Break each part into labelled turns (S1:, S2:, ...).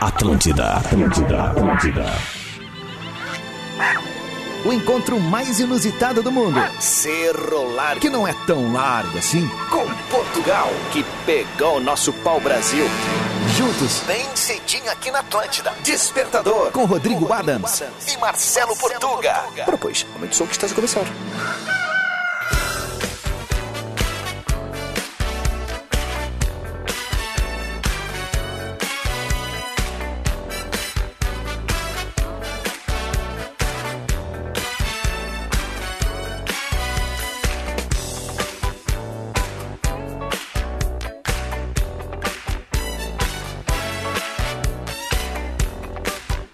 S1: Atlântida, Atlântida, Atlântida.
S2: O encontro mais inusitado do mundo.
S3: Cerro Largo,
S2: Que não é tão largo assim.
S3: com Portugal, que pegou o nosso pau-brasil.
S2: Juntos,
S3: Bem cedinho aqui na Atlântida. Despertador,
S2: com Rodrigo Adams.
S3: e Marcelo Portuga. Ora, pois, aumenta o som que está a começar.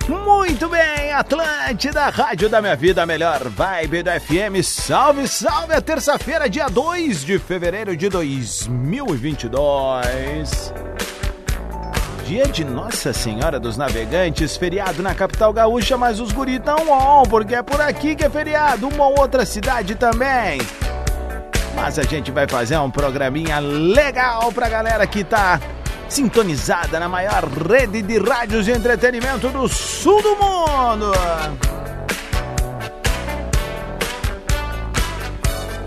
S4: Muito bem, Atlântida, Rádio da Minha Vida, a melhor vibe do FM. Salve, salve! É terça-feira, dia 2 de fevereiro de 2022. Dia de Nossa Senhora dos Navegantes, feriado na capital gaúcha, mas os guris tão on, porque é por aqui que é feriado, uma outra cidade também. Mas a gente vai fazer um programinha legal pra galera que tá sintonizada na maior rede de rádios de entretenimento do sul do mundo.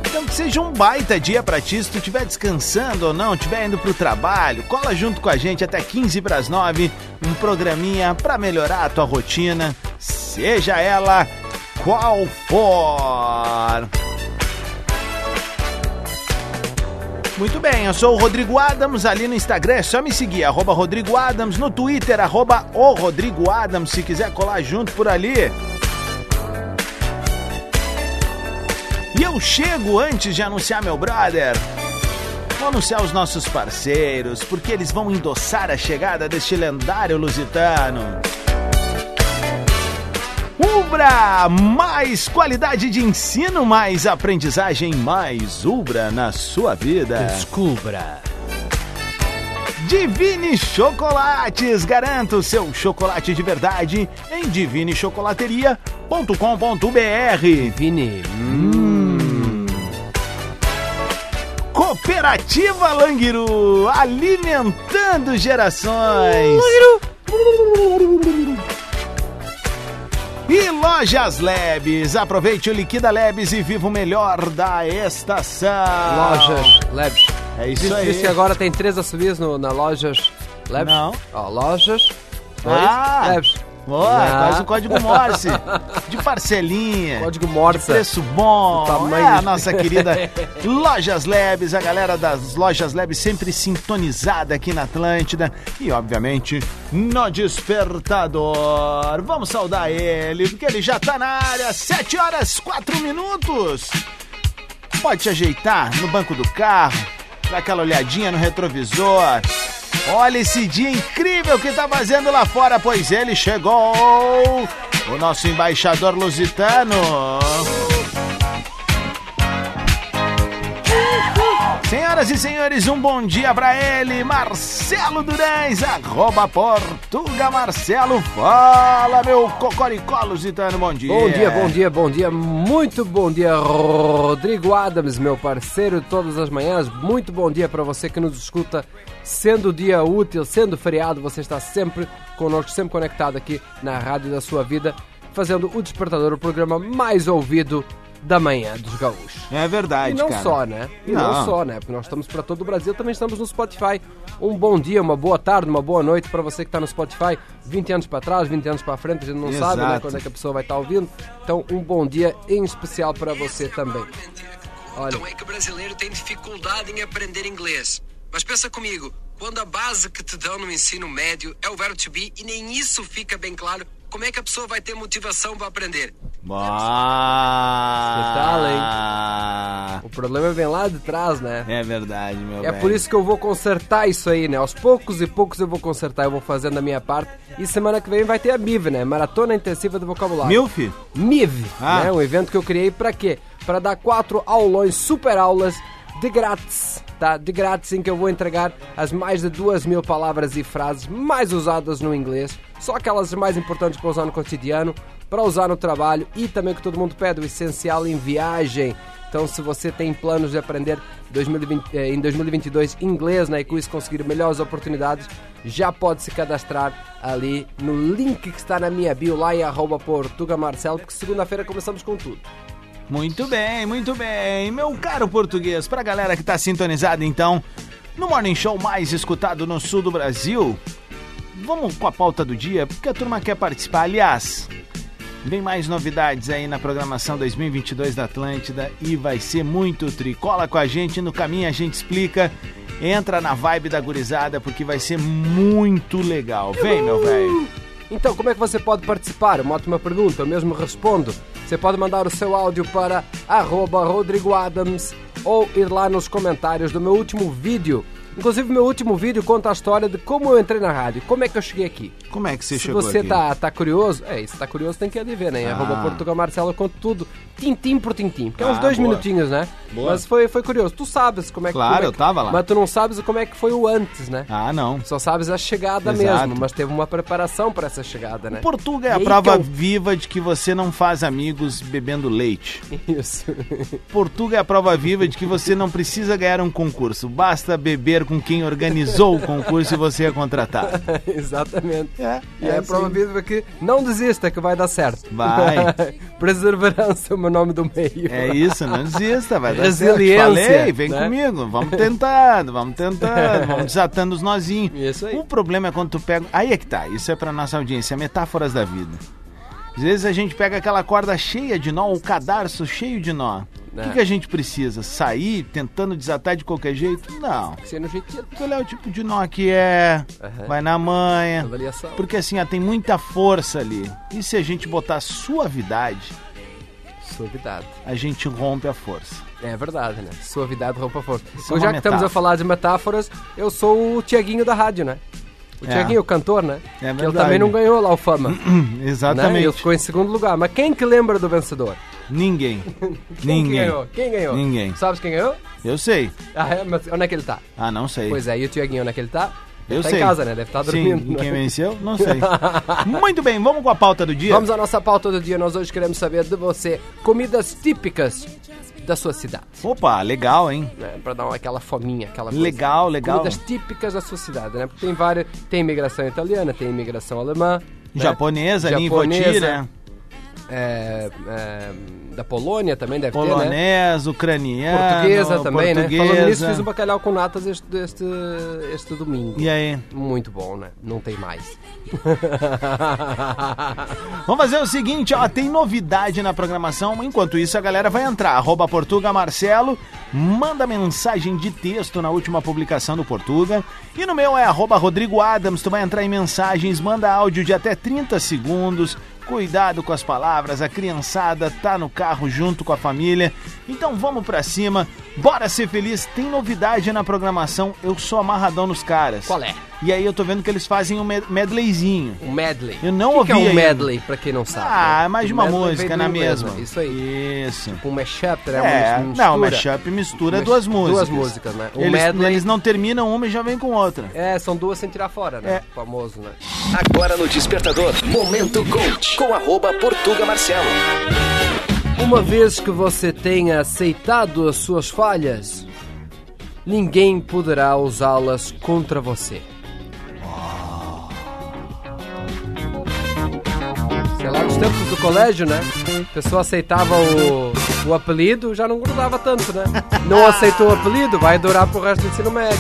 S4: Então que seja um baita dia pra ti, se tu estiver descansando ou não, estiver indo pro trabalho, cola junto com a gente até 15 pras 9, um programinha pra melhorar a tua rotina, seja ela qual for. Muito bem, eu sou o Rodrigo Adams ali no Instagram, é só me seguir, arroba Rodrigo Adams, no Twitter, arroba o Rodrigo Adams, se quiser colar junto por ali. E eu chego antes de anunciar meu brother. Vou anunciar os nossos parceiros, porque eles vão endossar a chegada deste lendário lusitano. Ubra, mais qualidade de ensino, mais aprendizagem, mais Ubra na sua vida.
S5: Descubra.
S4: Divine Chocolates, garanta o seu chocolate de verdade em divinechocolateria.com.br.
S5: Vini,
S4: Cooperativa Languiru, alimentando gerações. E Lojas Labs, aproveite o Liquida Labs e viva o melhor da estação.
S5: lojas, labs.
S4: É isso
S5: Diz,
S4: aí.
S5: diz que agora tem três assobios no, na lojas, labs.
S4: Não.
S5: Ó, lojas, dois,
S4: Ah.
S5: labs.
S4: Ó,
S5: Ah.
S4: faz o código Morse, de parcelinha.
S5: Código Morsa.
S4: Preço bom,
S5: Do tamanho.
S4: é a nossa querida Lojas Labs, a galera das Lojas Labs sempre sintonizada aqui na Atlântida e, obviamente, no Despertador. Vamos saudar ele, porque ele já tá na área, 7 horas 4 minutos. Pode te ajeitar no banco do carro, dá aquela olhadinha no retrovisor. Olha esse dia incrível que tá fazendo lá fora, pois ele chegou! O nosso embaixador lusitano. Senhoras e senhores, um bom dia pra ele, Marcelo Durães, arroba Portuga Marcelo. Fala, meu cocoricó lusitano, bom dia.
S5: Bom dia, bom dia, bom dia, muito bom dia, Rodrigo Adams, meu parceiro todas as manhãs. Muito bom dia para você que nos escuta, sendo dia útil, sendo feriado, você está sempre conosco, sempre conectado aqui na rádio da sua vida, fazendo o Despertador, o programa mais ouvido da manhã dos gaúchos.
S4: É verdade,
S5: E não
S4: cara.
S5: só, né? E não.
S4: Não.
S5: só, né? Porque nós estamos para todo o Brasil, também estamos no Spotify. Um bom dia, uma boa tarde, uma boa noite para você que está no Spotify. 20 anos para trás, 20 anos para frente, a gente não sabe né,
S4: Exato.
S5: quando é que a pessoa vai estar ouvindo. Então, um bom dia em especial para você também. Olha.
S6: Então é que o brasileiro tem dificuldade em aprender inglês. Mas pensa comigo, quando a base que te dão no ensino médio é o verbo to be e nem isso fica bem claro, como é que a pessoa vai ter motivação para aprender?
S4: Bah.
S5: Que O problema vem lá de trás, né?
S4: É verdade, meu
S5: É
S4: bem.
S5: por isso que eu vou consertar isso aí, né? Aos poucos e poucos eu vou consertar, eu vou fazendo a minha parte. E semana que vem vai ter a MIV, né? Maratona Intensiva do Vocabulário.
S4: Milf?
S5: MIV,
S4: Ah.
S5: né? Um evento que eu criei pra quê? Pra dar quatro aulões, super aulas, de grátis, tá? De grátis em que eu vou entregar as mais de duas mil palavras e frases mais usadas no inglês, só aquelas mais importantes pra usar no cotidiano, pra usar no trabalho e também o que todo mundo pede, o essencial em viagem. Então, se você tem planos de aprender 2020, eh, em 2022 inglês na EQUIS, conseguir melhores oportunidades, já pode se cadastrar ali no link que está na minha bio lá em arroba Portuga Marcelo, porque segunda-feira começamos com tudo.
S4: Muito bem, muito bem. Meu caro português, pra galera que tá sintonizada então, no Morning Show mais escutado no sul do Brasil, vamos com a pauta do dia, porque a turma quer participar. Aliás, vem mais novidades aí na programação 2022 da Atlântida e vai ser muito tri. Cola com a gente, no caminho a gente explica. Entra na vibe da gurizada, porque vai ser muito legal. Vem, meu velho.
S5: Então, como é que você pode participar? Uma ótima pergunta, eu mesmo respondo. Você pode mandar o seu áudio para arroba Rodrigo Adams ou ir lá nos comentários do meu último vídeo. Inclusive, meu último vídeo conta a história de como eu entrei na rádio, como é que eu cheguei aqui.
S4: Como é que você
S5: Se
S4: chegou
S5: você
S4: aqui? Ah.
S5: tá, tá curioso, é isso, tá curioso tem que ali ver, né? Arroba Portugal Marcelo, eu conto tudo, tintim por tintim. Porque é uns
S4: Ah,
S5: dois
S4: boa.
S5: minutinhos, né?
S4: Boa.
S5: Mas foi, foi curioso. Tu sabes como é que...
S4: Claro,
S5: como é que-
S4: eu tava lá.
S5: Mas tu não sabes como é que foi o antes, né?
S4: Ah, não.
S5: Só sabes a chegada
S4: Exato.
S5: mesmo, mas teve uma preparação para essa chegada, né?
S4: Portuga é
S5: E
S4: a
S5: aí
S4: prova
S5: que
S4: viva de que você não faz amigos bebendo leite.
S5: eu- Isso.
S4: Portuga é a prova viva de que você não precisa ganhar um concurso. Basta beber com quem organizou o concurso e você é contratado.
S5: Exatamente.
S4: É,
S5: E é,
S4: assim.
S5: promovido que não desista que vai dar certo.
S4: Vai.
S5: Perseverança é o meu nome do meio.
S4: É isso, não desista, vai dar certo.
S5: Resiliência,
S4: Falei, vem
S5: né?
S4: comigo, vamos tentando, vamos tentando, vamos desatando os nozinhos.
S5: Isso aí.
S4: O problema é quando tu pega. Aí é que tá, isso é pra nossa audiência, metáforas da vida. Às vezes a gente pega aquela corda cheia de nó, o cadarço cheio de nó. O
S5: É.
S4: que, que a gente precisa? Sair tentando desatar de qualquer jeito? Não.
S5: Sendo gentil.
S4: Qual é o tipo de nó que é?
S5: Aham.
S4: Vai na manha.
S5: Avaliação.
S4: Porque assim, ó, tem muita força ali. E se a gente botar suavidade,
S5: Suavidade.
S4: a gente rompe a força.
S5: É verdade, né? Suavidade roupa força.
S4: Isso é
S5: Então, já
S4: uma
S5: que estamos a
S4: metáfora.
S5: falar de metáforas, eu sou o Tiaguinho da rádio, né? O
S4: É.
S5: Tiaguinho, o cantor, né?
S4: É
S5: que ele
S4: verdade.
S5: também não ganhou lá o Fama. Né? Ele
S4: Exatamente.
S5: ficou em segundo lugar. Mas quem que lembra do vencedor?
S4: Ninguém.
S5: Quem que
S4: Ninguém.
S5: ganhou? Quem ganhou?
S4: Ninguém.
S5: Sabes quem ganhou?
S4: Eu sei.
S5: Ah, é? Mas onde é que ele tá?
S4: Ah, não sei.
S5: Pois é, e o Tiaguinho, onde é que ele tá? Ele
S4: Eu
S5: tá
S4: sei.
S5: em casa, né? Deve estar dormindo.
S4: Sim, e
S5: né?
S4: quem venceu? Não sei. Muito bem, vamos com a pauta do dia.
S5: Vamos à nossa pauta do dia. Nós hoje queremos saber de você comidas típicas da sua cidade.
S4: Opa, legal, hein?
S5: Né? Pra dar uma- aquela fominha, aquela coisa.
S4: Legal, legal.
S5: Comidas típicas da sua cidade, né? Porque tem várias. Tem imigração italiana, tem imigração alemã. né?
S4: Japonesa, ali em Voti,
S5: Japonesa,
S4: né?
S5: é, é, da Polônia também deve ter, né?
S4: Polonês, ucraniano,
S5: Portuguesa também,
S4: portuguesa.
S5: né? Falando nisso, fiz um bacalhau com natas este, este, este domingo.
S4: E aí?
S5: Muito bom, né? Não tem mais.
S4: Vamos fazer o seguinte, ó, tem novidade na programação. Enquanto isso, a galera vai entrar. Arroba Portuga Marcelo, manda mensagem de texto na última publicação do Portuga. E no meu é arroba Rodrigo Adams, tu vai entrar em mensagens, manda áudio de até 30 segundos. Cuidado com as palavras, a criançada tá no carro junto com a família. Então vamos pra cima, bora ser feliz. Tem novidade na programação, eu sou amarradão nos caras.
S5: Qual é?
S4: E aí eu tô vendo que eles fazem um med- medleyzinho.
S5: Um medley.
S4: Eu não
S5: o que que
S4: ouvi
S5: é um
S4: ainda.
S5: medley, pra quem não sabe?
S4: Ah,
S5: né?
S4: é mais de
S5: O
S4: uma
S5: medley
S4: música
S5: veio do
S4: na
S5: inglês,
S4: mesma.
S5: né? Isso aí.
S4: Isso.
S5: Um mashup, né? Uma
S4: É,
S5: mis-
S4: não, o
S5: mistura.
S4: mashup mistura
S5: Mis-
S4: duas músicas.
S5: Duas músicas, né? O
S4: eles,
S5: medley.
S4: eles não terminam uma e já vem com outra.
S5: É, são duas sem tirar fora, né?
S4: É.
S5: Famoso, né?
S3: Agora no Despertador, Momento Coach, com arroba Portuga Marcelo.
S5: Uma vez que você tenha aceitado as suas falhas, ninguém poderá usá-las contra você. Sei lá, nos tempos do colégio, né? A pessoa aceitava o, o apelido, já não grudava tanto, né? Não aceitou o apelido, vai durar pro resto do ensino médio.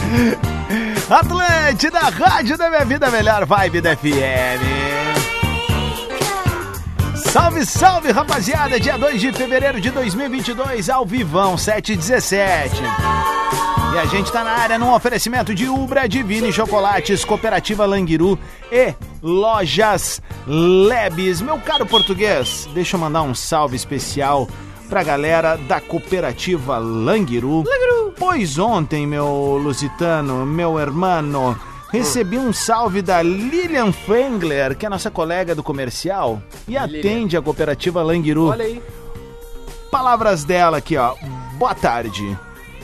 S4: Atlântida, Rádio da Minha Vida, melhor vibe da FM. Salve, salve, rapaziada! Dia 2 de fevereiro de 2022, ao vivão, 717. E a gente tá na área num oferecimento de Ubra Divine Chocolates, Cooperativa Languiru e Lojas Lebes. Meu caro português, deixa eu mandar um salve especial pra galera da Cooperativa Languiru. Pois ontem, meu lusitano, meu hermano, recebi um salve da Lilian Fengler, que é nossa colega do comercial e atende a Cooperativa Languiru.
S5: Olha aí.
S4: Palavras dela aqui, ó. Boa tarde.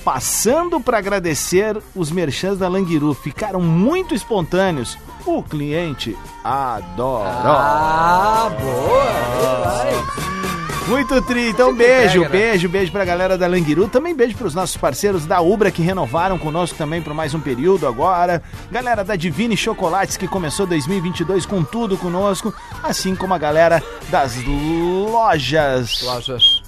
S4: Passando para agradecer, os merchans da Languiru ficaram muito espontâneos. O cliente adorou.
S5: Ah, boa! aí vai.
S4: Muito tri. Então,
S5: Você que
S4: beijo,
S5: entrega, né?
S4: beijo, beijo pra galera da Languiru. Também beijo pros nossos parceiros da Ubra que renovaram conosco também por mais um período agora. Galera da Divine Chocolates que começou 2022 com tudo conosco. Assim como a galera das lojas.
S5: Lojas.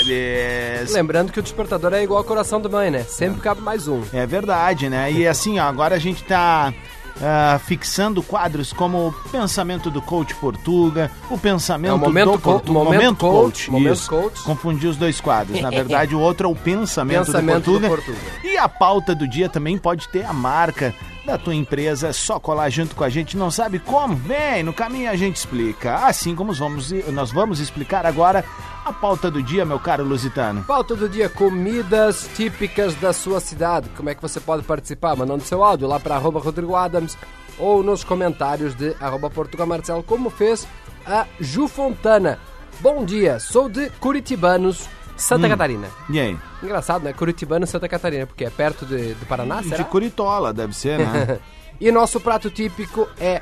S4: Leves.
S5: Lembrando que o despertador é igual ao coração de mãe, né? Sempre cabe mais um.
S4: É verdade, né? E assim, ó, agora a gente tá ah, fixando quadros como o pensamento do coach Portuga, o pensamento
S5: É o momento
S4: do
S5: co-
S4: Portu-
S5: momento coach, momento
S4: isso.
S5: coach.
S4: Confundi os dois quadros. Na verdade, o outro é o pensamento,
S5: Pensamento
S4: do, Portuga.
S5: do Portuga.
S4: E a pauta do dia também pode ter a marca da tua empresa, é só colar junto com a gente, não sabe como? Vem, no caminho a gente explica. Assim como vamos, nós vamos explicar agora a pauta do dia, meu caro Lusitano.
S5: Pauta do dia, comidas típicas da sua cidade. Como é que você pode participar? Mandando seu áudio lá para arroba Rodrigo Adams ou nos comentários de arroba Portugal Marcelo, como fez a Ju Fontana. Bom dia, sou de Curitibanos, Santa Catarina.
S4: E aí?
S5: Engraçado, né? Curitibanos, Santa Catarina, porque é perto de, de Paraná, Ah, será?
S4: De Curitola, deve ser, né?
S5: E nosso prato típico é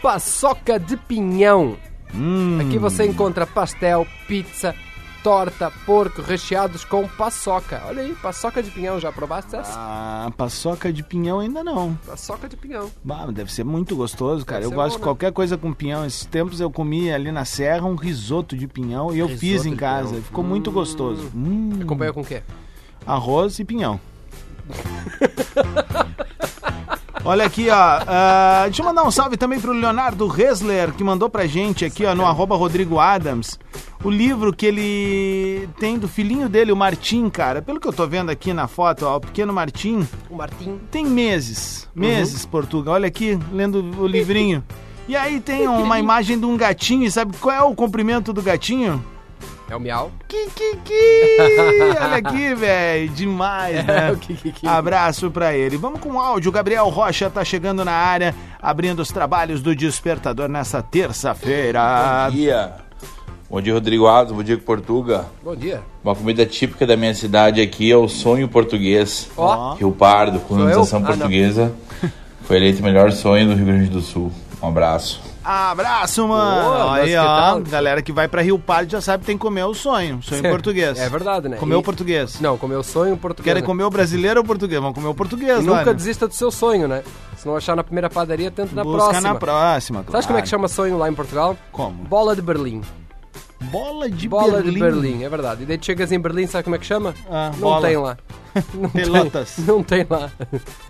S5: paçoca de pinhão.
S4: Hum.
S5: Aqui você encontra pastel, pizza, torta, porco recheados com paçoca. Olha aí, paçoca de pinhão, já provaste essa?
S4: Ah, paçoca de pinhão ainda não.
S5: Paçoca de pinhão.
S4: Bah, deve ser muito gostoso, cara.
S5: Deve
S4: Eu
S5: ser
S4: gosto
S5: bom,
S4: de
S5: né?
S4: qualquer coisa com pinhão. Esses tempos eu comi ali na serra um risoto de pinhão e eu fiz
S5: Risoto
S4: em
S5: de
S4: casa.
S5: pinhão.
S4: Ficou muito gostoso. Hum,
S5: Acompanha com o quê?
S4: arroz e pinhão. Olha aqui, ó. ah, deixa eu mandar um salve também pro Leonardo Resler, que mandou pra gente aqui, ó, no arroba Rodrigo Adams, o livro que ele tem do filhinho dele, o Martim, cara. Pelo que eu tô vendo aqui na foto, ó, o pequeno Martim.
S5: O Martim. Uhum.
S4: Tem meses, meses, Portugal. Olha aqui, lendo o livrinho. E aí tem uma imagem de um gatinho, e sabe qual é o comprimento do gatinho?
S5: É o miau.
S4: Que, que, que! Olha aqui, velho, demais, né?
S5: É, o que, que, que.
S4: Abraço pra ele. Vamos com o áudio. O Gabriel Rocha tá chegando na área, abrindo os trabalhos do Despertador nessa terça-feira.
S7: Bom dia. Bom dia, Rodrigo Alves. Bom dia, Portuga.
S5: Bom dia.
S7: Uma comida típica da minha cidade aqui é o sonho português.
S5: Ó.
S7: Rio Pardo,
S5: eu?
S7: colonização
S5: Ah, não.
S7: portuguesa. Foi eleito o melhor sonho do Rio Grande do Sul. Um abraço.
S4: Abraço, mano!
S5: Boa, mas
S4: aí,
S5: que
S4: ó,
S5: tal?
S4: galera que vai pra Rio Pardo já sabe que tem que comer o sonho. Sonho
S5: É,
S4: português.
S5: É verdade, né?
S4: Comer o
S5: E-
S4: português.
S5: Não, comeu o sonho português.
S4: Querem
S5: né?
S4: comer o brasileiro ou o português? Vão comer o português,
S5: E
S4: né?
S5: nunca desista do seu sonho, né? Se não achar na primeira padaria, tenta na
S4: Busca
S5: próxima.
S4: na próxima, claro.
S5: Sabe como é que chama sonho lá em Portugal?
S4: Como?
S5: Bola de Berlim.
S4: Bola de
S5: Bola
S4: Berlim.
S5: de Berlim, é verdade. E daí tu chegas em Berlim, sabe como é que chama?
S4: Ah,
S5: não
S4: bola.
S5: tem lá. Não tem-
S4: Pelotas.
S5: não tem lá.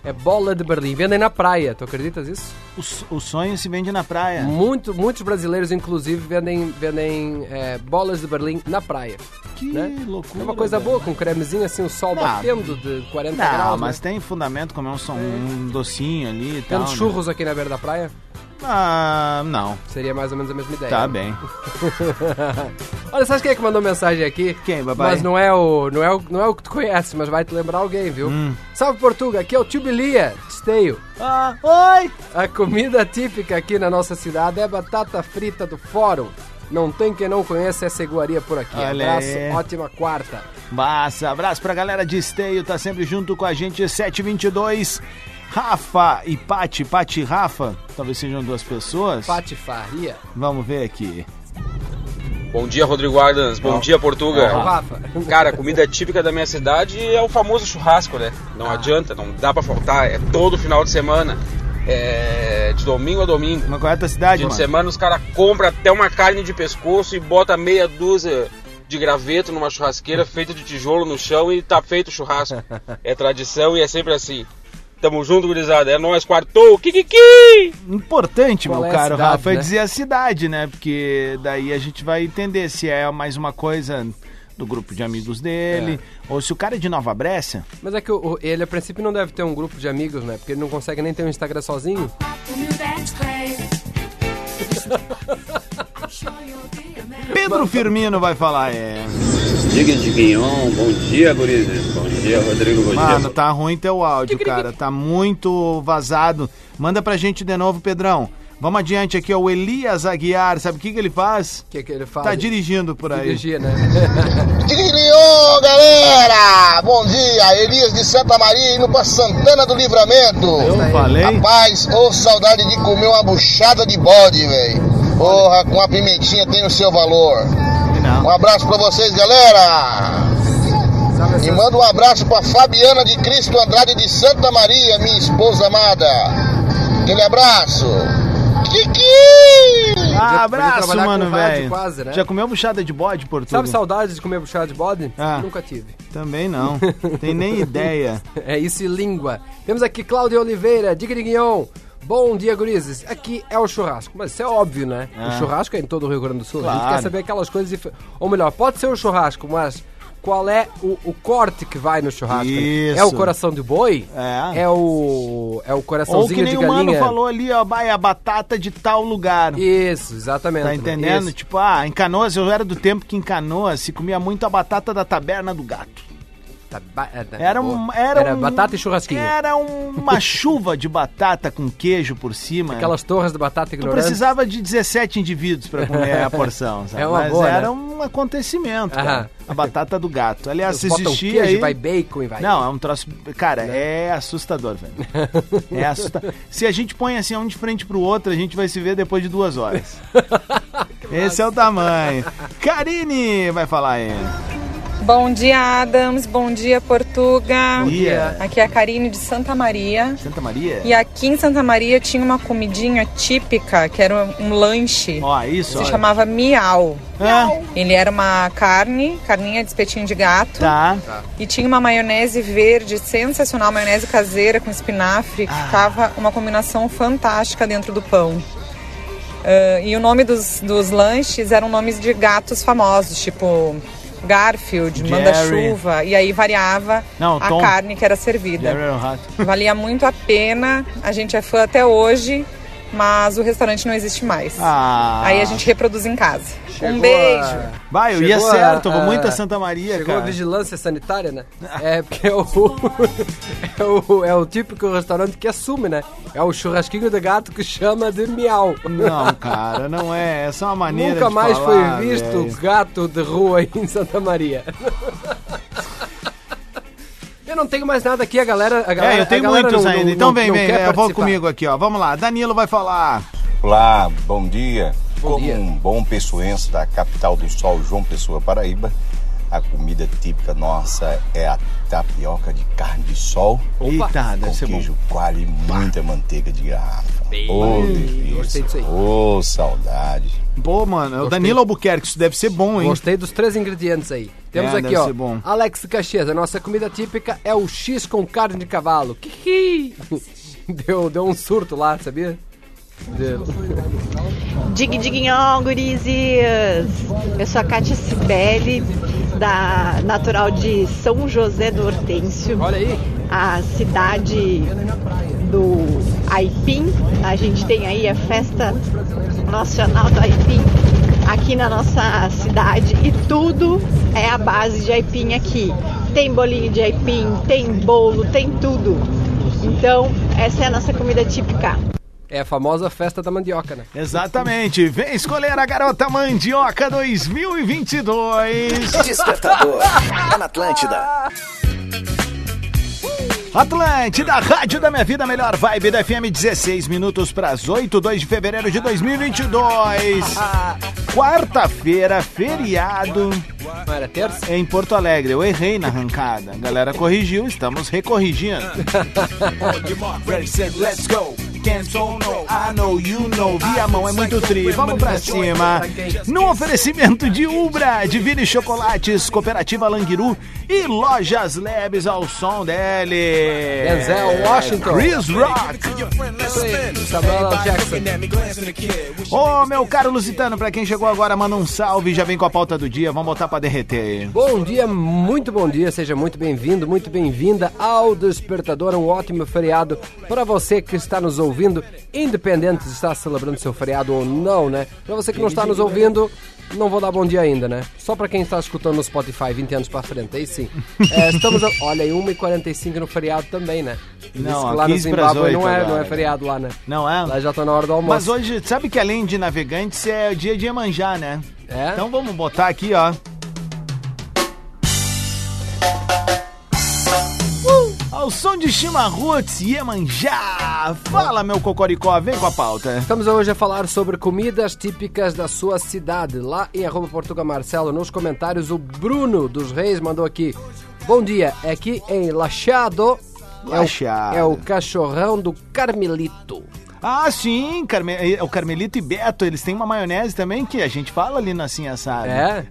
S5: É bola de Berlim. Vendem na praia, tu acreditas isso?
S4: O, s- o sonho se vende na praia.
S5: Muito, muitos brasileiros, inclusive, vendem, vendem é, bolas de Berlim na praia.
S4: Que
S5: né?
S4: loucura.
S5: É uma coisa
S4: velho.
S5: boa, com cremezinho assim, o sol
S4: Não.
S5: batendo de 40
S4: Não,
S5: graus.
S4: mas
S5: né?
S4: tem fundamento comer um, som, um docinho ali e tal.
S5: Tendo
S4: né?
S5: churros aqui na beira da praia,
S4: Ah, não.
S5: seria mais ou menos a mesma ideia.
S4: Tá bem.
S5: Olha, sabe quem é que mandou mensagem aqui?
S4: Quem, babai?
S5: Mas não é o, não é o, não é o que tu conhece, mas vai te lembrar alguém, viu?
S4: Hum.
S5: Salve Portuga, aqui é o Tio Bilia, Esteio.
S4: Ah, oi!
S5: A comida típica aqui na nossa cidade é batata frita do Fórum. Não tem quem não conheça essa iguaria por aqui.
S4: Olha
S5: Abraço,
S4: aí.
S5: ótima quarta.
S4: Massa, abraço pra galera de Esteio, tá sempre junto com a gente, 722. Rafa e Pati, Pati e Rafa, talvez sejam duas pessoas.
S5: Patifaria.
S4: Vamos ver aqui.
S8: Bom dia, Rodrigo Adams. Bom dia, Portuga.
S5: Ó, Rafa.
S8: Cara, a comida típica da minha cidade é o famoso churrasco, né? Não adianta, não dá pra faltar. É todo final de semana. É de domingo a domingo.
S4: Uma correta é cidade,
S8: Fim de
S4: mano.
S5: é
S8: semana os caras compram até uma carne de pescoço e bota meia dúzia de graveto numa churrasqueira feita de tijolo no chão e tá feito o churrasco. É tradição e é sempre assim. Tamo junto, gurizada. É nóis, quartou. Kikiki!
S4: Importante,
S5: Qual
S4: meu
S5: é a
S4: caro
S5: cidade,
S4: Rafa, é
S5: né?
S4: dizer a cidade, né? Porque daí a gente vai entender se é mais uma coisa do grupo de amigos dele, ou se o cara é de Nova Brécia.
S5: Mas é que o- o- ele, a princípio, não deve ter um grupo de amigos, né? Porque ele não consegue nem ter um Instagram sozinho.
S4: Pedro
S5: tá-
S4: Firmino vai falar, é.
S9: Diga de Guignon, bom dia, gurizes. Bom dia, Rodrigo. Bom
S4: Mano,
S9: dia.
S4: tá ruim teu áudio, cara. Tá muito vazado. Manda pra gente de novo, Pedrão. Vamos adiante aqui, ó. O Elias Aguiar, sabe o que, que ele faz?
S5: O que, que ele faz?
S4: Tá dirigindo por aí.
S5: Dirigir, né?
S10: Ô galera, bom dia, Elias de Santa Maria indo pra Santana do Livramento.
S4: Eu falei?
S10: Rapaz, ô saudade de comer uma buchada de bode, velho. Porra, com a pimentinha tem o seu valor. Um abraço pra vocês, galera. E manda um abraço pra Fabiana de Cristo Andrade de Santa Maria, minha esposa amada. Aquele abraço. Kiki!
S4: Ah,
S5: podia
S4: abraço,
S5: trabalhar com
S4: mano,
S5: rádio
S4: velho.
S5: quase, né?
S4: Já comeu buchada de bode, Portugal?
S5: Sabe saudades de comer buchada de bode?
S4: Ah.
S5: Nunca tive.
S4: Também não. Tem nem ideia.
S5: É isso e língua. Temos aqui Cláudia Oliveira, Digriguinhon. Bom dia, gurizes. Aqui é o churrasco. Mas isso é óbvio, né? O churrasco é em todo o Rio Grande do Sul. A gente
S4: Ah. Claro.
S5: quer saber aquelas coisas... dif- Ou melhor, pode ser o churrasco, mas... Qual é o, o corte que vai no churrasco? né?
S4: Isso.
S5: É o coração de boi?
S4: É.
S5: É o, é o
S4: Ou que
S5: coraçãozinho de
S4: nem
S5: galinha?
S4: o mano falou ali, ó, vai a batata de tal lugar.
S5: Isso, exatamente.
S4: Tá entendendo?
S5: Isso.
S4: Tipo, ah, em Canoas, eu era do tempo que em Canoas se comia muito a batata da taberna do gato.
S5: Tá ba- é, tá
S4: Era um.
S5: boa.
S4: Era, um-
S5: batata e churrasquinho.
S4: Era uma chuva de batata com queijo por cima.
S5: Aquelas torres de batata
S4: Tu
S5: ignorante.
S4: precisava de 17 indivíduos pra comer a porção, sabe?
S5: É uma
S4: Mas
S5: boa,
S4: era
S5: né?
S4: um acontecimento,
S5: Aham.
S4: cara. A batata do gato. Aliás, se
S5: Botam
S4: existia
S5: queijo,
S4: aí...
S5: vai Né? bacon e vai...
S4: Não, é um troço... Cara, é assustador, velho. É assustador. Se a gente põe assim um de frente pro outro, a gente vai se ver depois de duas horas. Esse é o tamanho. Karine vai falar aí.
S11: Bom dia, Adams. Bom dia, Portuga.
S4: Bom dia.
S11: Aqui é a Karine de Santa Maria.
S4: Santa Maria?
S11: E aqui em Santa Maria tinha uma comidinha típica, que era um lanche.
S4: Ó, isso,
S11: Se
S4: ó.
S11: chamava miau.
S4: Hã?
S11: Ele era uma carne, carninha de espetinho de gato.
S4: Tá.
S11: E tinha uma maionese verde sensacional, maionese caseira com espinafre, que ficava uma combinação fantástica dentro do pão. Ah, e o nome dos, dos lanches eram nomes de gatos famosos, tipo Garfield,
S4: Jerry.
S11: Manda-Chuva, e aí variava
S4: Não,
S11: a
S4: Tom.
S11: carne que era servida.
S4: Jerry era um rato.
S11: Valia muito a pena, a gente é fã até hoje, mas o restaurante não existe mais.
S4: Ah.
S11: Aí a gente reproduz em casa.
S5: Chegou
S11: um
S5: a-
S11: beijo!
S4: Vai, eu ia
S5: Chegou a-
S4: certo. eu Vou
S5: a-
S4: muito a Santa Maria,
S5: Chegou a
S4: cara.
S5: vigilância sanitária, né? É, porque é o, é o. é o típico restaurante que assume, né? É o churrasquinho de gato que chama de miau.
S4: Não, cara, não é. Essa é uma maneira
S5: Nunca
S4: de
S5: mais
S4: falar,
S5: foi visto
S4: velho.
S5: gato de rua em Santa Maria. Eu não tenho mais nada aqui, a galera. A galera
S4: É, eu tenho
S5: a galera
S4: muitos
S5: não-
S4: ainda.
S5: não-
S4: então
S5: não-
S4: vem,
S5: não
S4: vem,
S5: quer
S4: eu vou
S5: participar.
S4: comigo aqui, ó. Vamos lá, Danilo vai falar.
S1: Olá, bom dia.
S5: Bom
S1: Como
S5: dia.
S1: um bom pessoense da capital do sol, João Pessoa, Paraíba, a comida típica nossa é a tapioca de carne de sol
S5: Ah,
S4: Eita, deve
S1: com
S4: ser bom.
S1: queijo coalho e muita manteiga de garrafa. Ô,
S5: gostei disso aí.
S1: delícia. Ô, saudade.
S4: Pô, mano, é o
S5: Gostei.
S4: Danilo Albuquerque, isso deve ser bom, hein?
S5: Gostei dos três ingredientes aí. Temos
S4: É,
S5: aqui,
S4: deve
S5: ó.
S4: ser bom.
S5: Alex Caxias, a nossa comida típica é o X com carne de cavalo. Kiki! Deu, deu um surto lá, sabia? Deu.
S12: Dig diguinhão, gurizes! Eu sou a Cátia Cibele, da natural de São José do Hortêncio,
S5: Olha aí.
S12: a cidade do Aipim. A gente tem aí a festa nacional do Aipim aqui na nossa cidade e tudo é a base de Aipim aqui. Tem bolinho de Aipim, tem bolo, tem tudo. Então, essa é a nossa comida típica.
S5: É a famosa festa da mandioca, né?
S4: Exatamente. Vem escolher a garota mandioca 2022.
S2: Despertador. Tá na Atlântida.
S4: Atlântida, Rádio da Minha Vida, a melhor vibe da FM, 16 minutos para as 8, 2 de fevereiro de 2022. Quarta-feira, feriado
S5: Não era terça?
S4: em Porto Alegre. Eu errei na arrancada. A galera corrigiu, estamos recorrigindo. I know you know, Viamão é muito tri, vamos pra cima. No oferecimento de Ubra, Divine Chocolates, Cooperativa Languiru e Lojas Labs ao som dele.
S5: Denzel Washington.
S4: Chris Rock.
S5: Isso aí, Samuel L. Jackson.
S4: Ô, meu caro Lusitano, pra quem chegou agora, manda um salve, já vem com a pauta do dia, vamos botar pra derreter.
S5: Bom dia, muito bom dia, seja muito bem-vindo, muito bem-vinda ao Despertador, um ótimo feriado para você que está nos ouvindo, independente de estar celebrando seu feriado ou não, né? Para você que não está nos ouvindo, não vou dar bom dia ainda, né? Só para quem está escutando no Spotify 20 anos para frente, aí sim. É, estamos, a, olha, aí, 1h45 no feriado também, né? Diz
S4: Não,
S5: que lá no
S4: 15 pras
S5: Zimbábue não é,
S4: oito
S5: não é
S4: agora.
S5: feriado lá, né?
S4: Não é?
S5: Lá já tá na hora do almoço.
S4: Mas hoje, sabe que além de navegantes é o dia de Iemanjá, né?
S5: É?
S4: Então vamos botar aqui, ó. Uh! Ao ao som de Chimarruts Iemanjá. Fala, meu Cocoricó, vem com a pauta.
S5: Estamos hoje a falar sobre comidas típicas da sua cidade. Lá em arroba Portuga Marcelo, nos comentários, o Bruno dos Reis mandou aqui. Bom dia, é aqui em Lachado.
S4: Lachado.
S5: É o, é o cachorrão do Carmelito.
S4: Ah, sim, Carme... o Carmelito e Beto, eles têm uma maionese também que a gente fala ali no Assim Assado.
S5: É?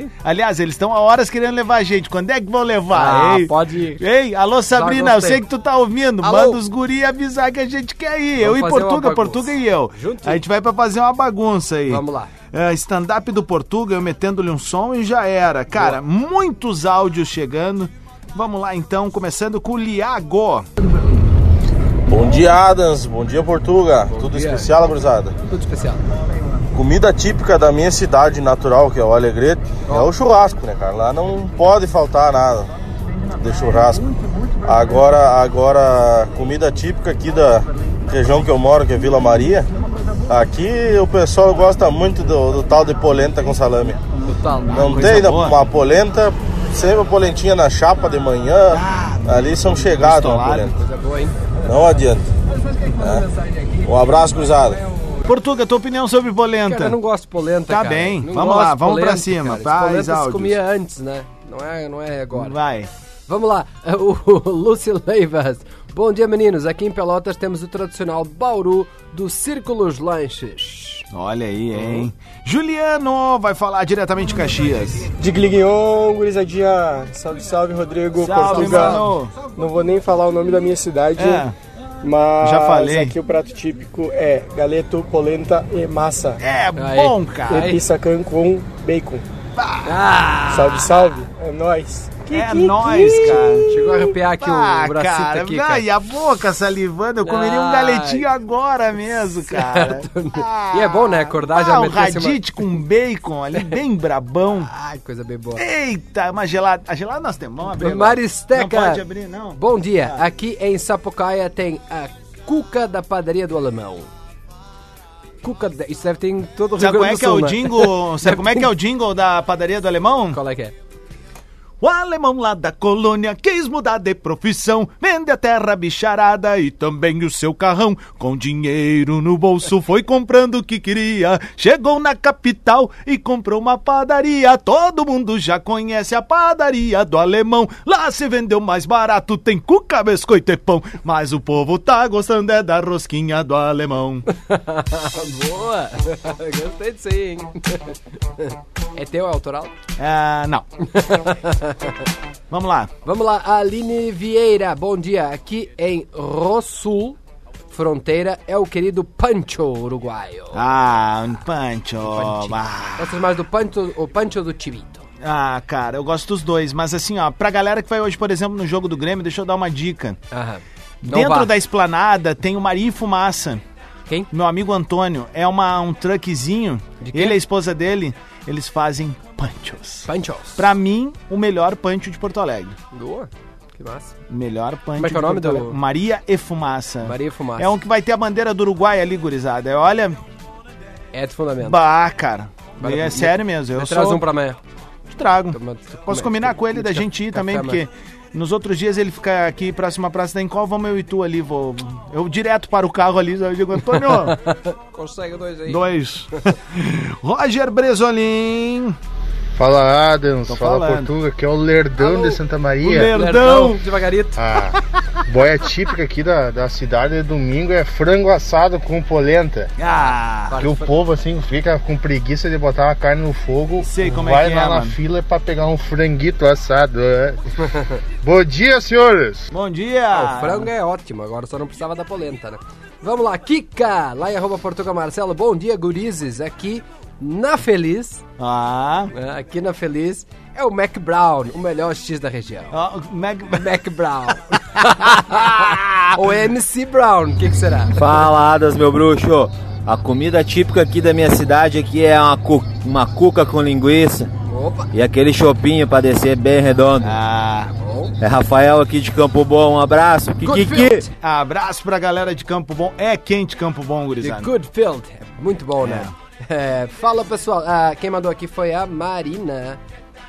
S4: Uhum. Aliás, eles estão há horas querendo levar a gente. Quando é que vão levar?
S5: Ah, Ei. pode ir.
S4: Ei, alô Sabrina, eu sei que tu tá ouvindo. Alô. Manda os guri avisar que a gente quer ir. Vamos eu e Portuga, Portuga e eu. Juntos. A gente vai pra fazer uma bagunça aí.
S5: Vamos lá.
S4: Uh, Stand-up do Portuga, eu metendo-lhe um som e já era. Cara, Boa. muitos áudios chegando. Vamos lá então, começando com o Liago.
S13: Bom dia, Adams. Bom dia, Portuga. Bom Tudo dia. especial, gurizada?
S5: Tudo especial.
S13: Comida típica da minha cidade natural, que é o Alegrete, oh. é o churrasco, né, cara? Lá não pode faltar nada de churrasco. Agora, agora comida típica aqui da região que eu moro, que é Vila Maria, aqui o pessoal gosta muito do, do tal de polenta com salame.
S5: Tal,
S13: não tem boa. uma polenta, sempre a polentinha na chapa de manhã, ah, ali são chegados na polenta.
S5: Coisa boa, hein?
S13: Não adianta. É. Um abraço, cruzado.
S4: Portuga, tua opinião sobre polenta?
S5: Cara, eu não gosto de polenta,
S4: Tá
S5: cara.
S4: bem,
S5: não
S4: vamos lá, vamos polenta, pra cima. Cara.
S5: Faz polenta se comia antes, né? Não é, não é agora.
S4: Vai.
S5: Vamos lá, o Lúcio Leivas. Bom dia, meninos. Aqui em Pelotas temos o tradicional Bauru do Círculos Lanches.
S4: Olha aí, hein? Uhum. Juliano vai falar diretamente de Caxias.
S14: Digliguinhon, gurizadinha. Salve, salve, Rodrigo.
S4: Salve, Portuga. Mano.
S14: Não vou nem falar o nome da minha cidade. É. Mas
S4: Já falei.
S14: aqui o prato típico é galeto, polenta e massa.
S4: É bom, cara.
S14: E pissacan com bacon.
S4: Ah.
S14: Salve, salve. É nóis.
S4: É que, nóis, que... cara.
S5: Chegou a arrepiar aqui ah, o bracito
S4: cara,
S5: aqui, cara.
S4: E a boca salivando, eu comeria ah, um galetinho agora mesmo, cara.
S5: Ah, e é bom, né? Acordar já
S4: um radite uma... com bacon ali, bem brabão.
S5: Ai, coisa bem
S4: É,
S5: boa.
S4: Eita, uma gelada. A gelada nós temos, vamos abrir
S5: Maristeca.
S4: Agora. Não pode abrir, não. Ah.
S5: Bom dia, aqui em Sapucaia tem a cuca da padaria do alemão cuca. Isso deve ter em todo o
S4: sabe
S5: Rio
S4: Grande
S5: do Sul,
S4: é né? jingle, Sabe como é que é o jingle da padaria do alemão?
S5: Qual é que é?
S4: O alemão lá da colônia quis mudar de profissão, vende a terra bicharada e também o seu carrão. Com dinheiro no bolso foi comprando o que queria. Chegou na capital e comprou uma padaria. Todo mundo já conhece a padaria do alemão. Lá se vendeu mais barato, tem cuca, biscoito e pão. Mas o povo tá gostando é da rosquinha do alemão.
S5: Ah, Boa! Gostei disso aí, hein? É teu autoral?
S4: Ah, não. Vamos lá.
S5: Vamos lá, Aline Vieira. Bom dia. Aqui em Rossul, fronteira, é o querido Pancho uruguaio.
S4: Ah, um Pancho. Um ah.
S5: Gostas mais do Pancho ou Pancho do Chivito?
S4: Ah, cara, eu gosto dos dois. Mas assim, ó, pra galera que vai hoje, por exemplo, no jogo do Grêmio, deixa eu dar uma dica.
S5: Aham.
S4: Dentro vá. da esplanada tem o Marinho Fumaça.
S5: Quem?
S4: Meu amigo Antônio. É uma, um truckzinho. Ele e a esposa dele, eles fazem panchos.
S5: Panchos.
S4: Pra mim, o melhor pancho de Porto Alegre.
S5: Boa. Que massa.
S4: Melhor pancho.
S5: Mas que é o nome do...
S4: Maria e Fumaça.
S5: Maria e Fumaça.
S4: É um que vai ter a bandeira do Uruguai ali, gurizada. É, olha...
S5: É de fundamento.
S4: Bah, cara. Vale. É sério mesmo. Eu Me sou...
S5: traz um pra amanhã.
S4: Te trago. Toma, Posso combinar com ele da gente ir também, porque... Nos outros dias ele fica aqui próximo à Praça da Encol, vamos eu e tu ali, vou. Eu direto para o carro ali, eu digo, Antônio!
S5: Consegue dois aí.
S4: Dois. Roger Bresolim.
S15: Fala Adams, Tô fala falando. Portuga, que é o Lerdão Alô, de Santa Maria.
S4: O Lerdão!
S5: Devagarito.
S4: Ah,
S15: A boia típica aqui da, da cidade de domingo é frango assado com polenta.
S4: Ah!
S15: Que o povo assim fica com preguiça de botar uma carne no fogo.
S4: Sei como
S15: vai
S4: é que
S15: lá
S4: é,
S15: na
S4: mano.
S15: fila pra pegar um franguito assado. é. Bom dia, senhores!
S4: Bom dia! Ah,
S5: o frango é ótimo, agora só não precisava da polenta, né? Vamos lá, Kika! Lá em arroba Portuga Marcelo. Bom dia, gurizes. Aqui na Feliz.
S4: Ah.
S5: né? Aqui na Feliz é o Mac Brown, o melhor X da região.
S4: Oh, Mac...
S5: Mac Brown. o MC Brown, o que, que, será?
S16: Faladas, meu bruxo. A comida típica aqui da minha cidade aqui é uma, cu... uma cuca com linguiça.
S5: Opa.
S16: E aquele chopinho pra descer bem redondo.
S4: Ah.
S16: É Rafael aqui de Campo Bom, um abraço. Kikiki.
S4: Abraço pra galera de Campo Bom. É quente Campo Bom, gurizada.
S5: Goodfield. Muito bom, é. né? É, fala pessoal, ah, quem mandou aqui foi a Marina.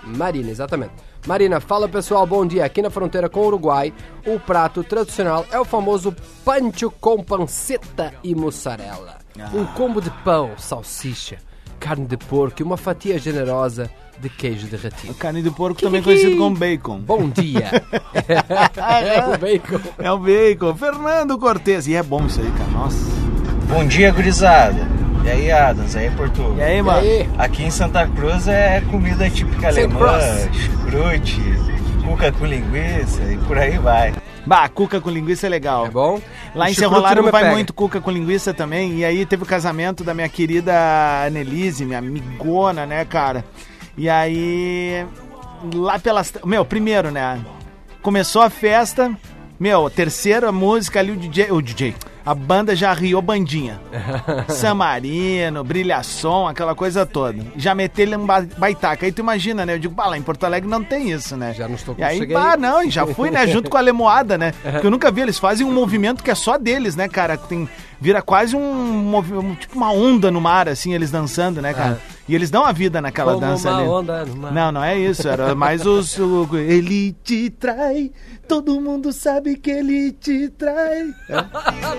S5: Marina, exatamente. Marina, fala pessoal, bom dia. Aqui na fronteira com o Uruguai, o prato tradicional é o famoso pancho com panceta e mussarela.
S4: Ah.
S5: Um combo de pão, salsicha, carne de porco e uma fatia generosa de queijo derretido.
S4: Carne de porco também conhecido como bacon.
S5: Bom dia. é um bacon.
S4: É o bacon. Fernando Cortez. E é bom isso aí, cara. Nossa.
S17: Bom dia, gurizada. E aí, Adams, e aí, Porto?
S4: E aí, mano?
S17: Aqui em Santa Cruz é comida típica
S4: Sem
S17: alemã,
S4: cross.
S17: chucrute, cuca com linguiça e por aí vai.
S4: Bah, cuca com linguiça é legal. É
S5: bom?
S4: Lá em
S17: O
S4: Cerro
S17: chucrute não
S4: Largo
S17: me
S4: vai
S17: pega.
S4: muito cuca com linguiça também. E aí teve o casamento da minha querida Annelise, minha amigona, né, cara? E aí. Lá pelas. Meu, primeiro, né? Começou a festa. Meu, terceira música ali, o DJ. O DJ. A banda já riou bandinha. San Marino, brilhação, aquela coisa toda. Já meter ele um ba- baitaca. Aí tu imagina, né? Eu digo, bah, lá em Porto Alegre não tem isso, né? Já não estou E aí,
S5: cheguei.
S4: bah, não, e já fui, né? Junto com a lemoada, né? Porque eu nunca vi, eles fazem um movimento que é só deles, né, cara? Tem, vira quase um, movi- um- tipo uma onda no mar, assim, eles dançando, né, cara? E eles dão a vida naquela
S5: Ah. Como
S4: dança
S5: uma
S4: tá ali.
S5: onda no mar.
S4: Não, não é isso, era mais os... o- ele te trai, todo mundo sabe que ele te trai. É.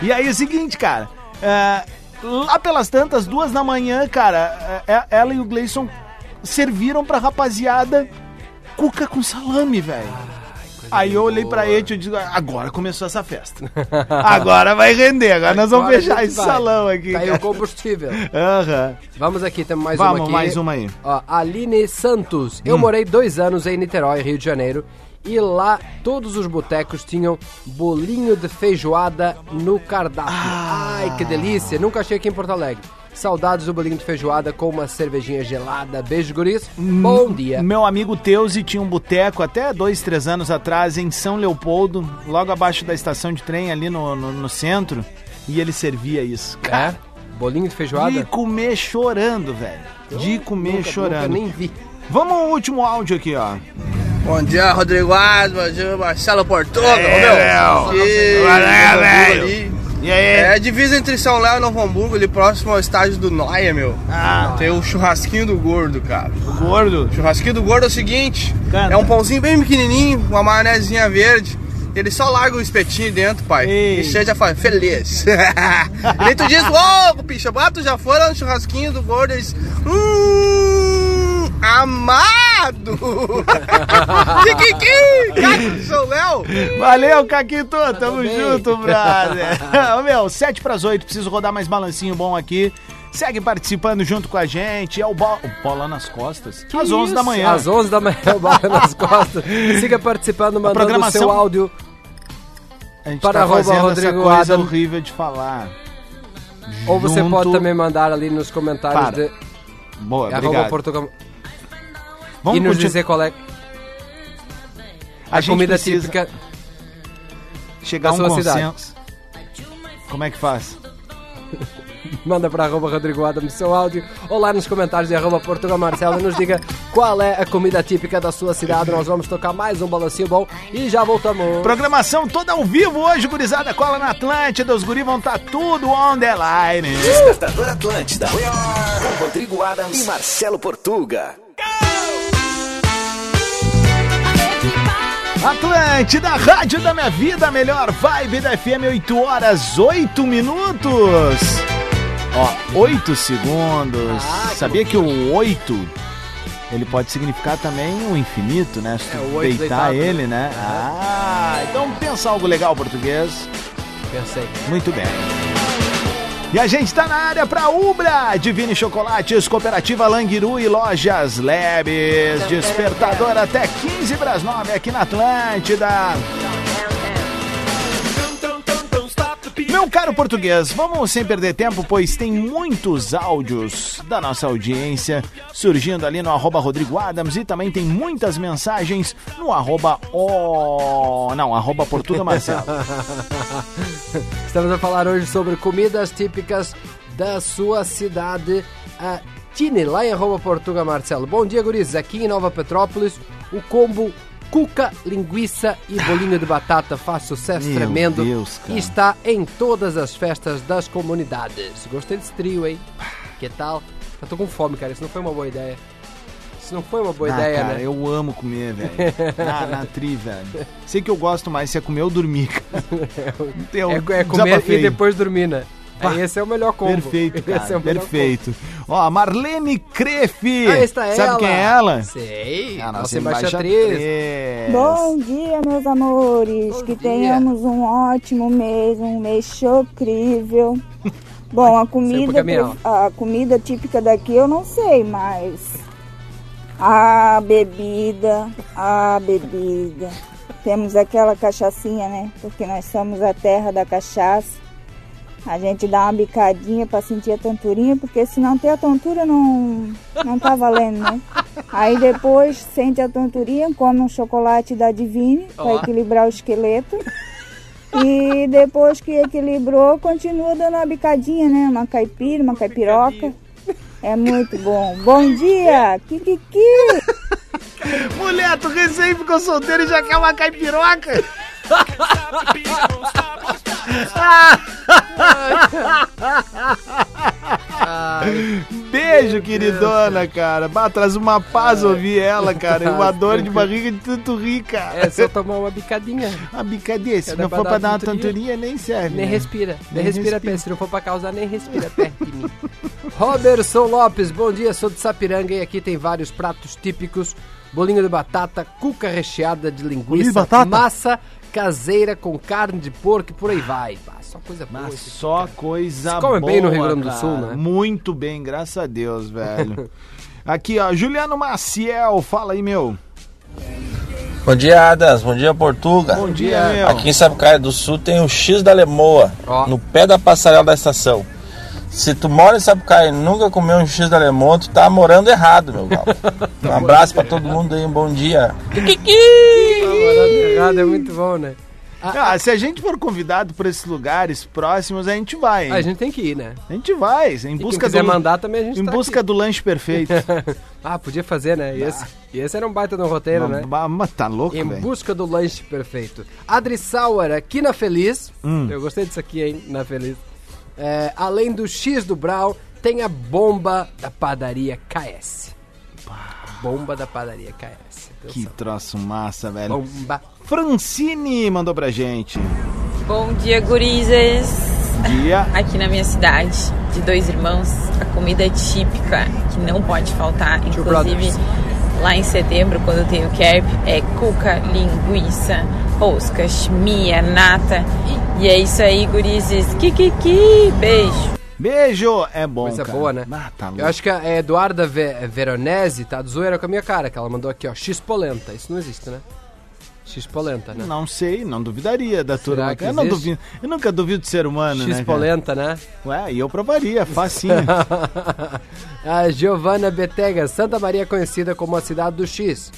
S4: E aí é o seguinte, cara. é, lá pelas tantas, duas da manhã, cara, é, é, ela e o Gleison serviram pra rapaziada cuca com salame, velho. Aí eu olhei pra ele e digo, agora começou essa festa. Agora vai render, agora nós vamos
S5: Agora a
S4: fechar
S5: gente
S4: esse
S5: vai.
S4: salão aqui.
S5: Tá aí
S4: cara.
S5: o combustível.
S4: Aham.
S5: Vamos aqui, temos mais
S4: Vamos,
S5: uma aqui.
S4: mais uma aí.
S5: Ó, Aline Santos. Eu
S4: Hum.
S5: morei dois anos em Niterói, Rio de Janeiro. E lá todos os botecos tinham bolinho de feijoada no cardápio.
S4: Ah.
S5: Ai, que delícia! Nunca achei aqui em Porto Alegre. Saudades do bolinho de feijoada com uma cervejinha gelada. Beijo, guris.
S4: Hum.
S5: Bom dia.
S4: Meu amigo Teuzi tinha um boteco até dois, três anos atrás em São Leopoldo, logo abaixo da estação de trem, ali no, no, no centro, e ele servia isso. Cara,
S5: É? Bolinho de feijoada?
S4: De comer chorando, velho. De comer
S5: nunca-
S4: chorando.
S5: nunca nem vi.
S4: Vamos ao último áudio aqui, ó.
S18: Bom dia, Rodrigo Alves, bom dia, Marcelo Portuga,
S4: É,
S18: ô,
S4: meu.
S18: meu. E-
S4: Qual é,
S18: Hamburgo
S4: velho?
S18: ali.
S4: E aí?
S18: É a divisa entre São Léo e Novo Hamburgo, ali próximo ao estádio do Noia, meu.
S4: Ah.
S18: Tem o churrasquinho do gordo, cara. O
S4: gordo?
S18: churrasquinho do gordo é o seguinte, é um pãozinho bem pequenininho, uma maionezinha verde. Ele só larga o espetinho dentro, pai. E você já fala, feliz. e tu diz, ô, picha, ah, tu já foi lá no churrasquinho do gordo? Eles, hum, amado! Kikiki! Sou Léo!
S4: Valeu, Caquito,
S5: Tá
S4: tamo junto, brother. Ô, Meu, 7 pras 8, preciso rodar mais balancinho bom aqui. Segue participando junto com a gente. É o, bo... o Bola nas Costas. às 11 da manhã.
S5: Às 11 da manhã, o Bola nas Costas. Siga participando, mandando
S4: programação-
S5: o seu áudio.
S4: A gente
S5: Para
S4: tá
S5: arroba
S4: fazendo
S5: Rodrigo
S4: essa coisa
S5: Adam.
S4: horrível de falar.
S5: Ou você
S4: Junto-
S5: pode também mandar ali nos comentários
S4: Para.
S5: de...
S4: Boa,
S5: Arroba
S4: obrigado.
S5: Portugal-
S4: Vamos
S5: e nos
S4: continu-
S5: dizer qual é
S4: A
S5: a,
S4: gente
S5: comida
S4: precisa
S5: típica
S4: Chegar a
S5: da
S4: um
S5: sua cidade.
S4: consenso. Como é que faz?
S5: Manda para arroba Rodrigo Adams seu áudio ou lá nos comentários de arroba Portugal Marcelo e nos diga qual é a comida típica da sua cidade. Nós vamos tocar mais um balancinho bom e já voltamos.
S4: Programação toda ao vivo hoje, gurizada. Cola na Atlântida. Os guris vão tá tudo on the line.
S2: Despertador Atlântida. Com Rodrigo Adams e Marcelo Portuga.
S4: Atlântida, rádio da minha vida, a melhor vibe da FM, 8 horas, 8 minutos. Ó, 8 segundos.
S5: Ah,
S4: Sabia que o 8, ele pode significar também o infinito, né? Se tu
S5: É, o oito
S4: deitar
S5: deitado, É.
S4: ele, né? Ah, então pensa algo legal, português.
S5: Pensei.
S4: Muito bem. E a gente tá na área pra Ubra, Divine Chocolates, Cooperativa Languiru e Lojas Lebes. Despertador até 15 pras 9 aqui na Atlântida. Meu caro português, vamos sem perder tempo, pois tem muitos áudios da nossa audiência surgindo ali no arroba Rodrigo Adams e também tem muitas mensagens no arroba o... não, arroba Portuga Marcelo.
S5: Estamos a falar hoje sobre comidas típicas da sua cidade. A Tine, lá em arroba Portuga Marcelo. Bom dia, guris. Aqui em Nova Petrópolis, o combo cuca, linguiça e bolinho de batata faz sucesso
S4: Meu
S5: tremendo
S4: Deus, cara.
S5: e está em todas as festas das comunidades. Gostei desse trio, hein? Que tal? Eu tô com fome, cara. Isso não foi uma boa ideia. Isso não foi uma boa
S4: Ah,
S5: ideia,
S4: cara,
S5: né?
S4: eu amo comer, velho. na, na tri, velho. Sei que eu gosto mais se é comer ou dormir, cara. Eu um
S5: é, é comer
S4: desabafei. Ah,
S5: e depois dormir, né? Aí esse é o melhor combo.
S4: Perfeito, cara.
S5: Esse é o melhor
S4: perfeito. Ó, a Marlene Crefe.
S5: combo. Aí está
S4: Sabe
S5: ela.
S4: quem Ah, é ela?
S5: Sei.
S4: É a nossa
S5: nossa
S4: embaixatriz.
S5: embaixatriz.
S19: Bom dia, meus amores. que tenhamos um ótimo mês, um mês chocrível. Bom, a
S20: Saiu pro
S19: comida,
S20: caminhão.
S19: a comida típica daqui eu não sei, mas a bebida, a bebida. Temos aquela cachaçinha, né? Porque nós somos a terra da cachaça. A gente dá uma bicadinha pra sentir a tonturinha, porque se não tem a tontura não, não tá valendo, né? Aí depois sente a tonturinha, come um chocolate da Divine pra
S21: Ó.
S19: equilibrar o esqueleto. E depois que equilibrou, continua dando uma bicadinha, né? Uma caipira, uma caipiroca. É muito bom. Bom dia! Kikiki!
S4: Mulher, tu recém ficou solteiro e já quer uma caipiroca? Beijo, queridona, cara. Bah, traz uma paz ouvir ela, cara. E uma dor de barriga de tanto rir, cara.
S5: É só tomar uma bicadinha.
S4: Uma bicadinha. Se
S5: Era
S4: não
S5: pra
S4: for
S5: dar
S4: pra dar uma
S5: tonturinha.
S4: tonturinha, nem serve.
S5: Nem
S4: né?
S5: respira.
S4: Nem
S5: Nem, respira,
S4: respira.
S5: perto. Se não for pra causar, nem respira perto de mim. Robertson Lopes, bom dia. Sou de Sapiranga e aqui tem vários pratos típicos: bolinho de batata, cuca recheada de
S4: Bolinho
S5: linguiça,
S4: de batata?
S5: massa caseira com carne de porco e por aí vai. Ah, só coisa boa.
S4: Mas
S5: isso aqui,
S4: só
S5: cara.
S4: coisa
S5: Se come
S4: boa.
S5: bem no Rio Grande do
S4: cara.
S5: Sul, né?
S4: Muito bem, graças a Deus, velho. Aqui, ó, Juliano Maciel, fala aí, meu.
S22: Bom dia, Adas. Bom dia, Portuga.
S4: Bom dia, meu.
S22: Aqui em Sapucaia do Sul tem o X da Lemoa, no pé da passarela da estação. Se tu mora em Sapucaia e nunca comeu um X da Lemoa, tu tá morando errado, meu galo. Um abraço pra todo mundo aí, um bom dia.
S5: errado é muito bom, né?
S4: Ah, se a gente for convidado pra esses lugares próximos, a gente vai. hein?
S5: A gente tem que ir, né?
S4: A gente vai, em busca
S5: quiser
S4: do
S5: mandar também a gente
S4: em
S5: tá
S4: busca
S5: aqui.
S4: do lanche perfeito.
S5: Ah, podia fazer, né? E esse, e esse era um baita no roteiro, né?
S4: Mas mas tá louco,
S5: Em
S4: velho.
S5: busca do lanche perfeito. Adri Sauer, aqui na Feliz.
S4: Hum.
S5: Eu gostei disso aqui, hein? Na Feliz. É, além do X do Brau, tem a bomba da padaria KS. A Bomba da padaria KS.
S4: Que troço massa, velho.
S5: Bomba.
S4: Francine mandou pra gente.
S23: Bom dia, gurizas.
S4: Dia.
S23: Aqui na minha cidade, de dois irmãos, a comida é típica que não pode faltar, inclusive
S24: brothers.
S23: lá em setembro, quando tem o CARP, é cuca, linguiça, roscas, mia, nata. E é isso aí, gurizes. Kikiki, beijo.
S4: Beijo! É bom,
S5: Coisa
S4: cara.
S5: boa, né?
S4: Ah, tá louco.
S5: Eu acho que a é Eduarda Ve- Veronese tá de zoeira com a minha cara, que ela mandou aqui, ó, X polenta. Isso não existe, né? X polenta, né?
S4: Não sei, não duvidaria da turma.
S5: que
S4: eu, não
S5: existe?
S4: duvido, eu nunca duvido de ser humano, né?
S5: X
S4: cara?
S5: polenta, né?
S4: Ué, e eu provaria, facinho.
S5: a Giovanna Betega, Santa Maria é conhecida como a cidade do X.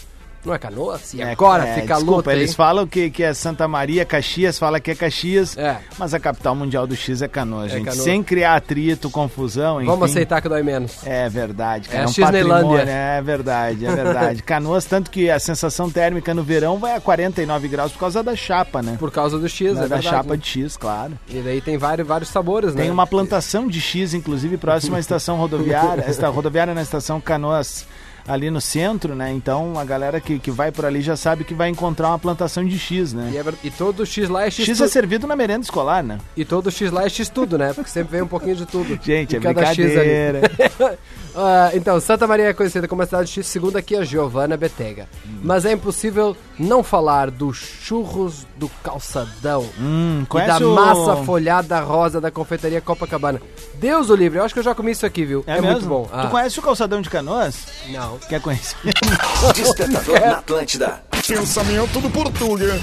S5: Não é canoas? E agora
S4: É,
S5: fica a
S4: desculpa,
S5: luta,
S4: eles
S5: hein?
S4: falam que, que é Santa Maria, Caxias, fala que é Caxias, mas a capital mundial do X é Canoas,
S5: É
S4: gente.
S5: Canoas.
S4: Sem criar atrito, confusão, enfim.
S5: Vamos aceitar que dói menos.
S4: É verdade, cara.
S5: É
S4: É,
S5: a
S4: um
S5: Cisneilândia.
S4: patrimônio, é verdade, é verdade. Canoas, tanto que a sensação térmica no verão vai a 49 graus por causa da chapa, né?
S5: Por causa do X,
S4: da,
S5: é
S4: da
S5: verdade,
S4: chapa
S5: né?
S4: de X, claro.
S5: E daí tem vários, vários sabores, né?
S4: Tem uma plantação de X, inclusive, próxima à estação rodoviária, esta rodoviária na estação Canoas, ali no centro, né? Então a galera que, que vai por ali já sabe que vai encontrar uma plantação de X, né?
S5: E, é ver- e todo X lá é X,
S4: X
S5: tu-
S4: é servido na merenda escolar, né?
S5: E todo X lá é X tudo, né? Porque sempre vem um pouquinho de tudo.
S4: Gente,
S5: Em
S4: é
S5: cada X ali.
S4: brincadeira.
S5: Ah, então, Santa Maria é conhecida como a cidade X, segundo aqui a Giovana Betega.
S4: Hum.
S5: Mas é impossível não falar dos churros do calçadão
S4: Hum.
S5: e
S4: conhece
S5: da
S4: o-
S5: massa folhada rosa da confeitaria Copacabana. Deus o livre, eu acho que eu já comi isso aqui, viu?
S4: É, mesmo?
S5: muito bom. Ah.
S4: Tu conhece o calçadão de Canoas?
S5: Não.
S4: Quer conhecer?
S2: Despertador na Atlântida.
S25: Pensamento do Portuga.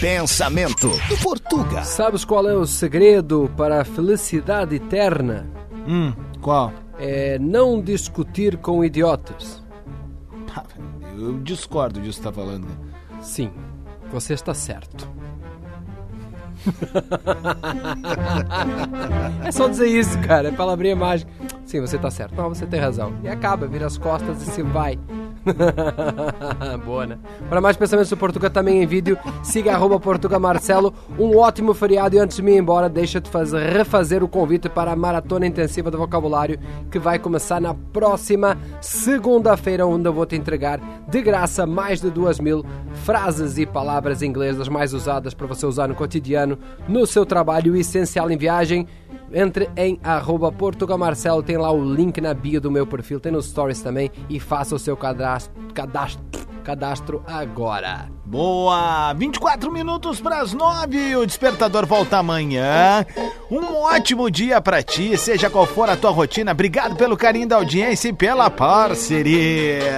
S25: Pensamento do Portuga.
S5: Sabes qual é o segredo para a felicidade eterna?
S4: Hum, qual?
S5: É não discutir com idiotas.
S4: Ah, Eu discordo disso que tá falando.
S5: Sim, você está certo. É só dizer isso, cara. É palavrinha mágica. Sim, você tá certo. Não, você tem razão. E acaba, vira as costas e se vai. Boa, né? Para mais pensamentos do Portuga também em vídeo, siga arroba Portuga Marcelo. Um ótimo feriado e antes de me ir embora, deixa-te fazer, refazer o convite para a Maratona Intensiva do Vocabulário, que vai começar na próxima segunda-feira, onde eu vou te entregar de graça mais de duas mil frases e palavras inglesas mais usadas para você usar no cotidiano, no seu trabalho e essencial em viagem. Entre em arroba Portuga Marcelo, tem lá o link na bio do meu perfil, tem nos stories também e faça o seu cadastro, cadastro, cadastro agora.
S4: Boa! 24 minutos para as 9. O despertador volta amanhã. Um ótimo dia para ti, seja qual for a tua rotina. Obrigado pelo carinho da audiência e pela parceria.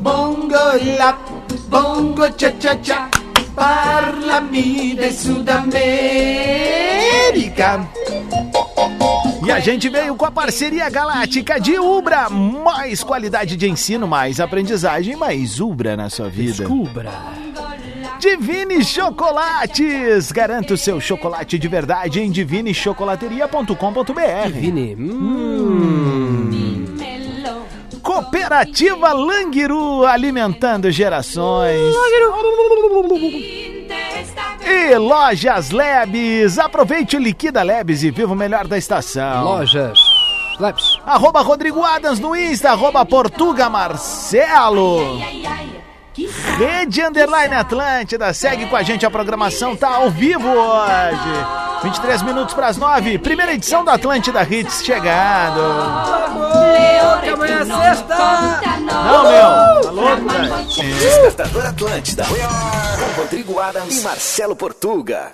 S3: Bongo la, bongo cha cha cha, parlami de Sudamérica.
S4: E a gente veio com a parceria galáctica de Ubra. Mais qualidade de ensino, mais aprendizagem, mais Ubra na sua vida.
S5: Descubra.
S4: Divine Chocolates! Garanta o seu chocolate de verdade em divinechocolateria.com.br.
S5: Divine. Hum.
S4: Cooperativa Langiru alimentando gerações. E Lojas Lebes, aproveite o Liquida Lebes e viva o melhor da estação.
S5: Lojas Lebes.
S4: Arroba Rodrigo Adams no Insta, arroba Portuga Marcelo. Rede Underline Atlântida, segue com a gente, a programação tá ao vivo hoje. 23 minutos para as 9, primeira edição da Atlântida Hits chegando.
S5: Que amanhã é sexta!
S4: Não, meu, tá louco, velho?
S2: Despertador Atlântida. We are... Com Rodrigo Adams e Marcelo Portuga.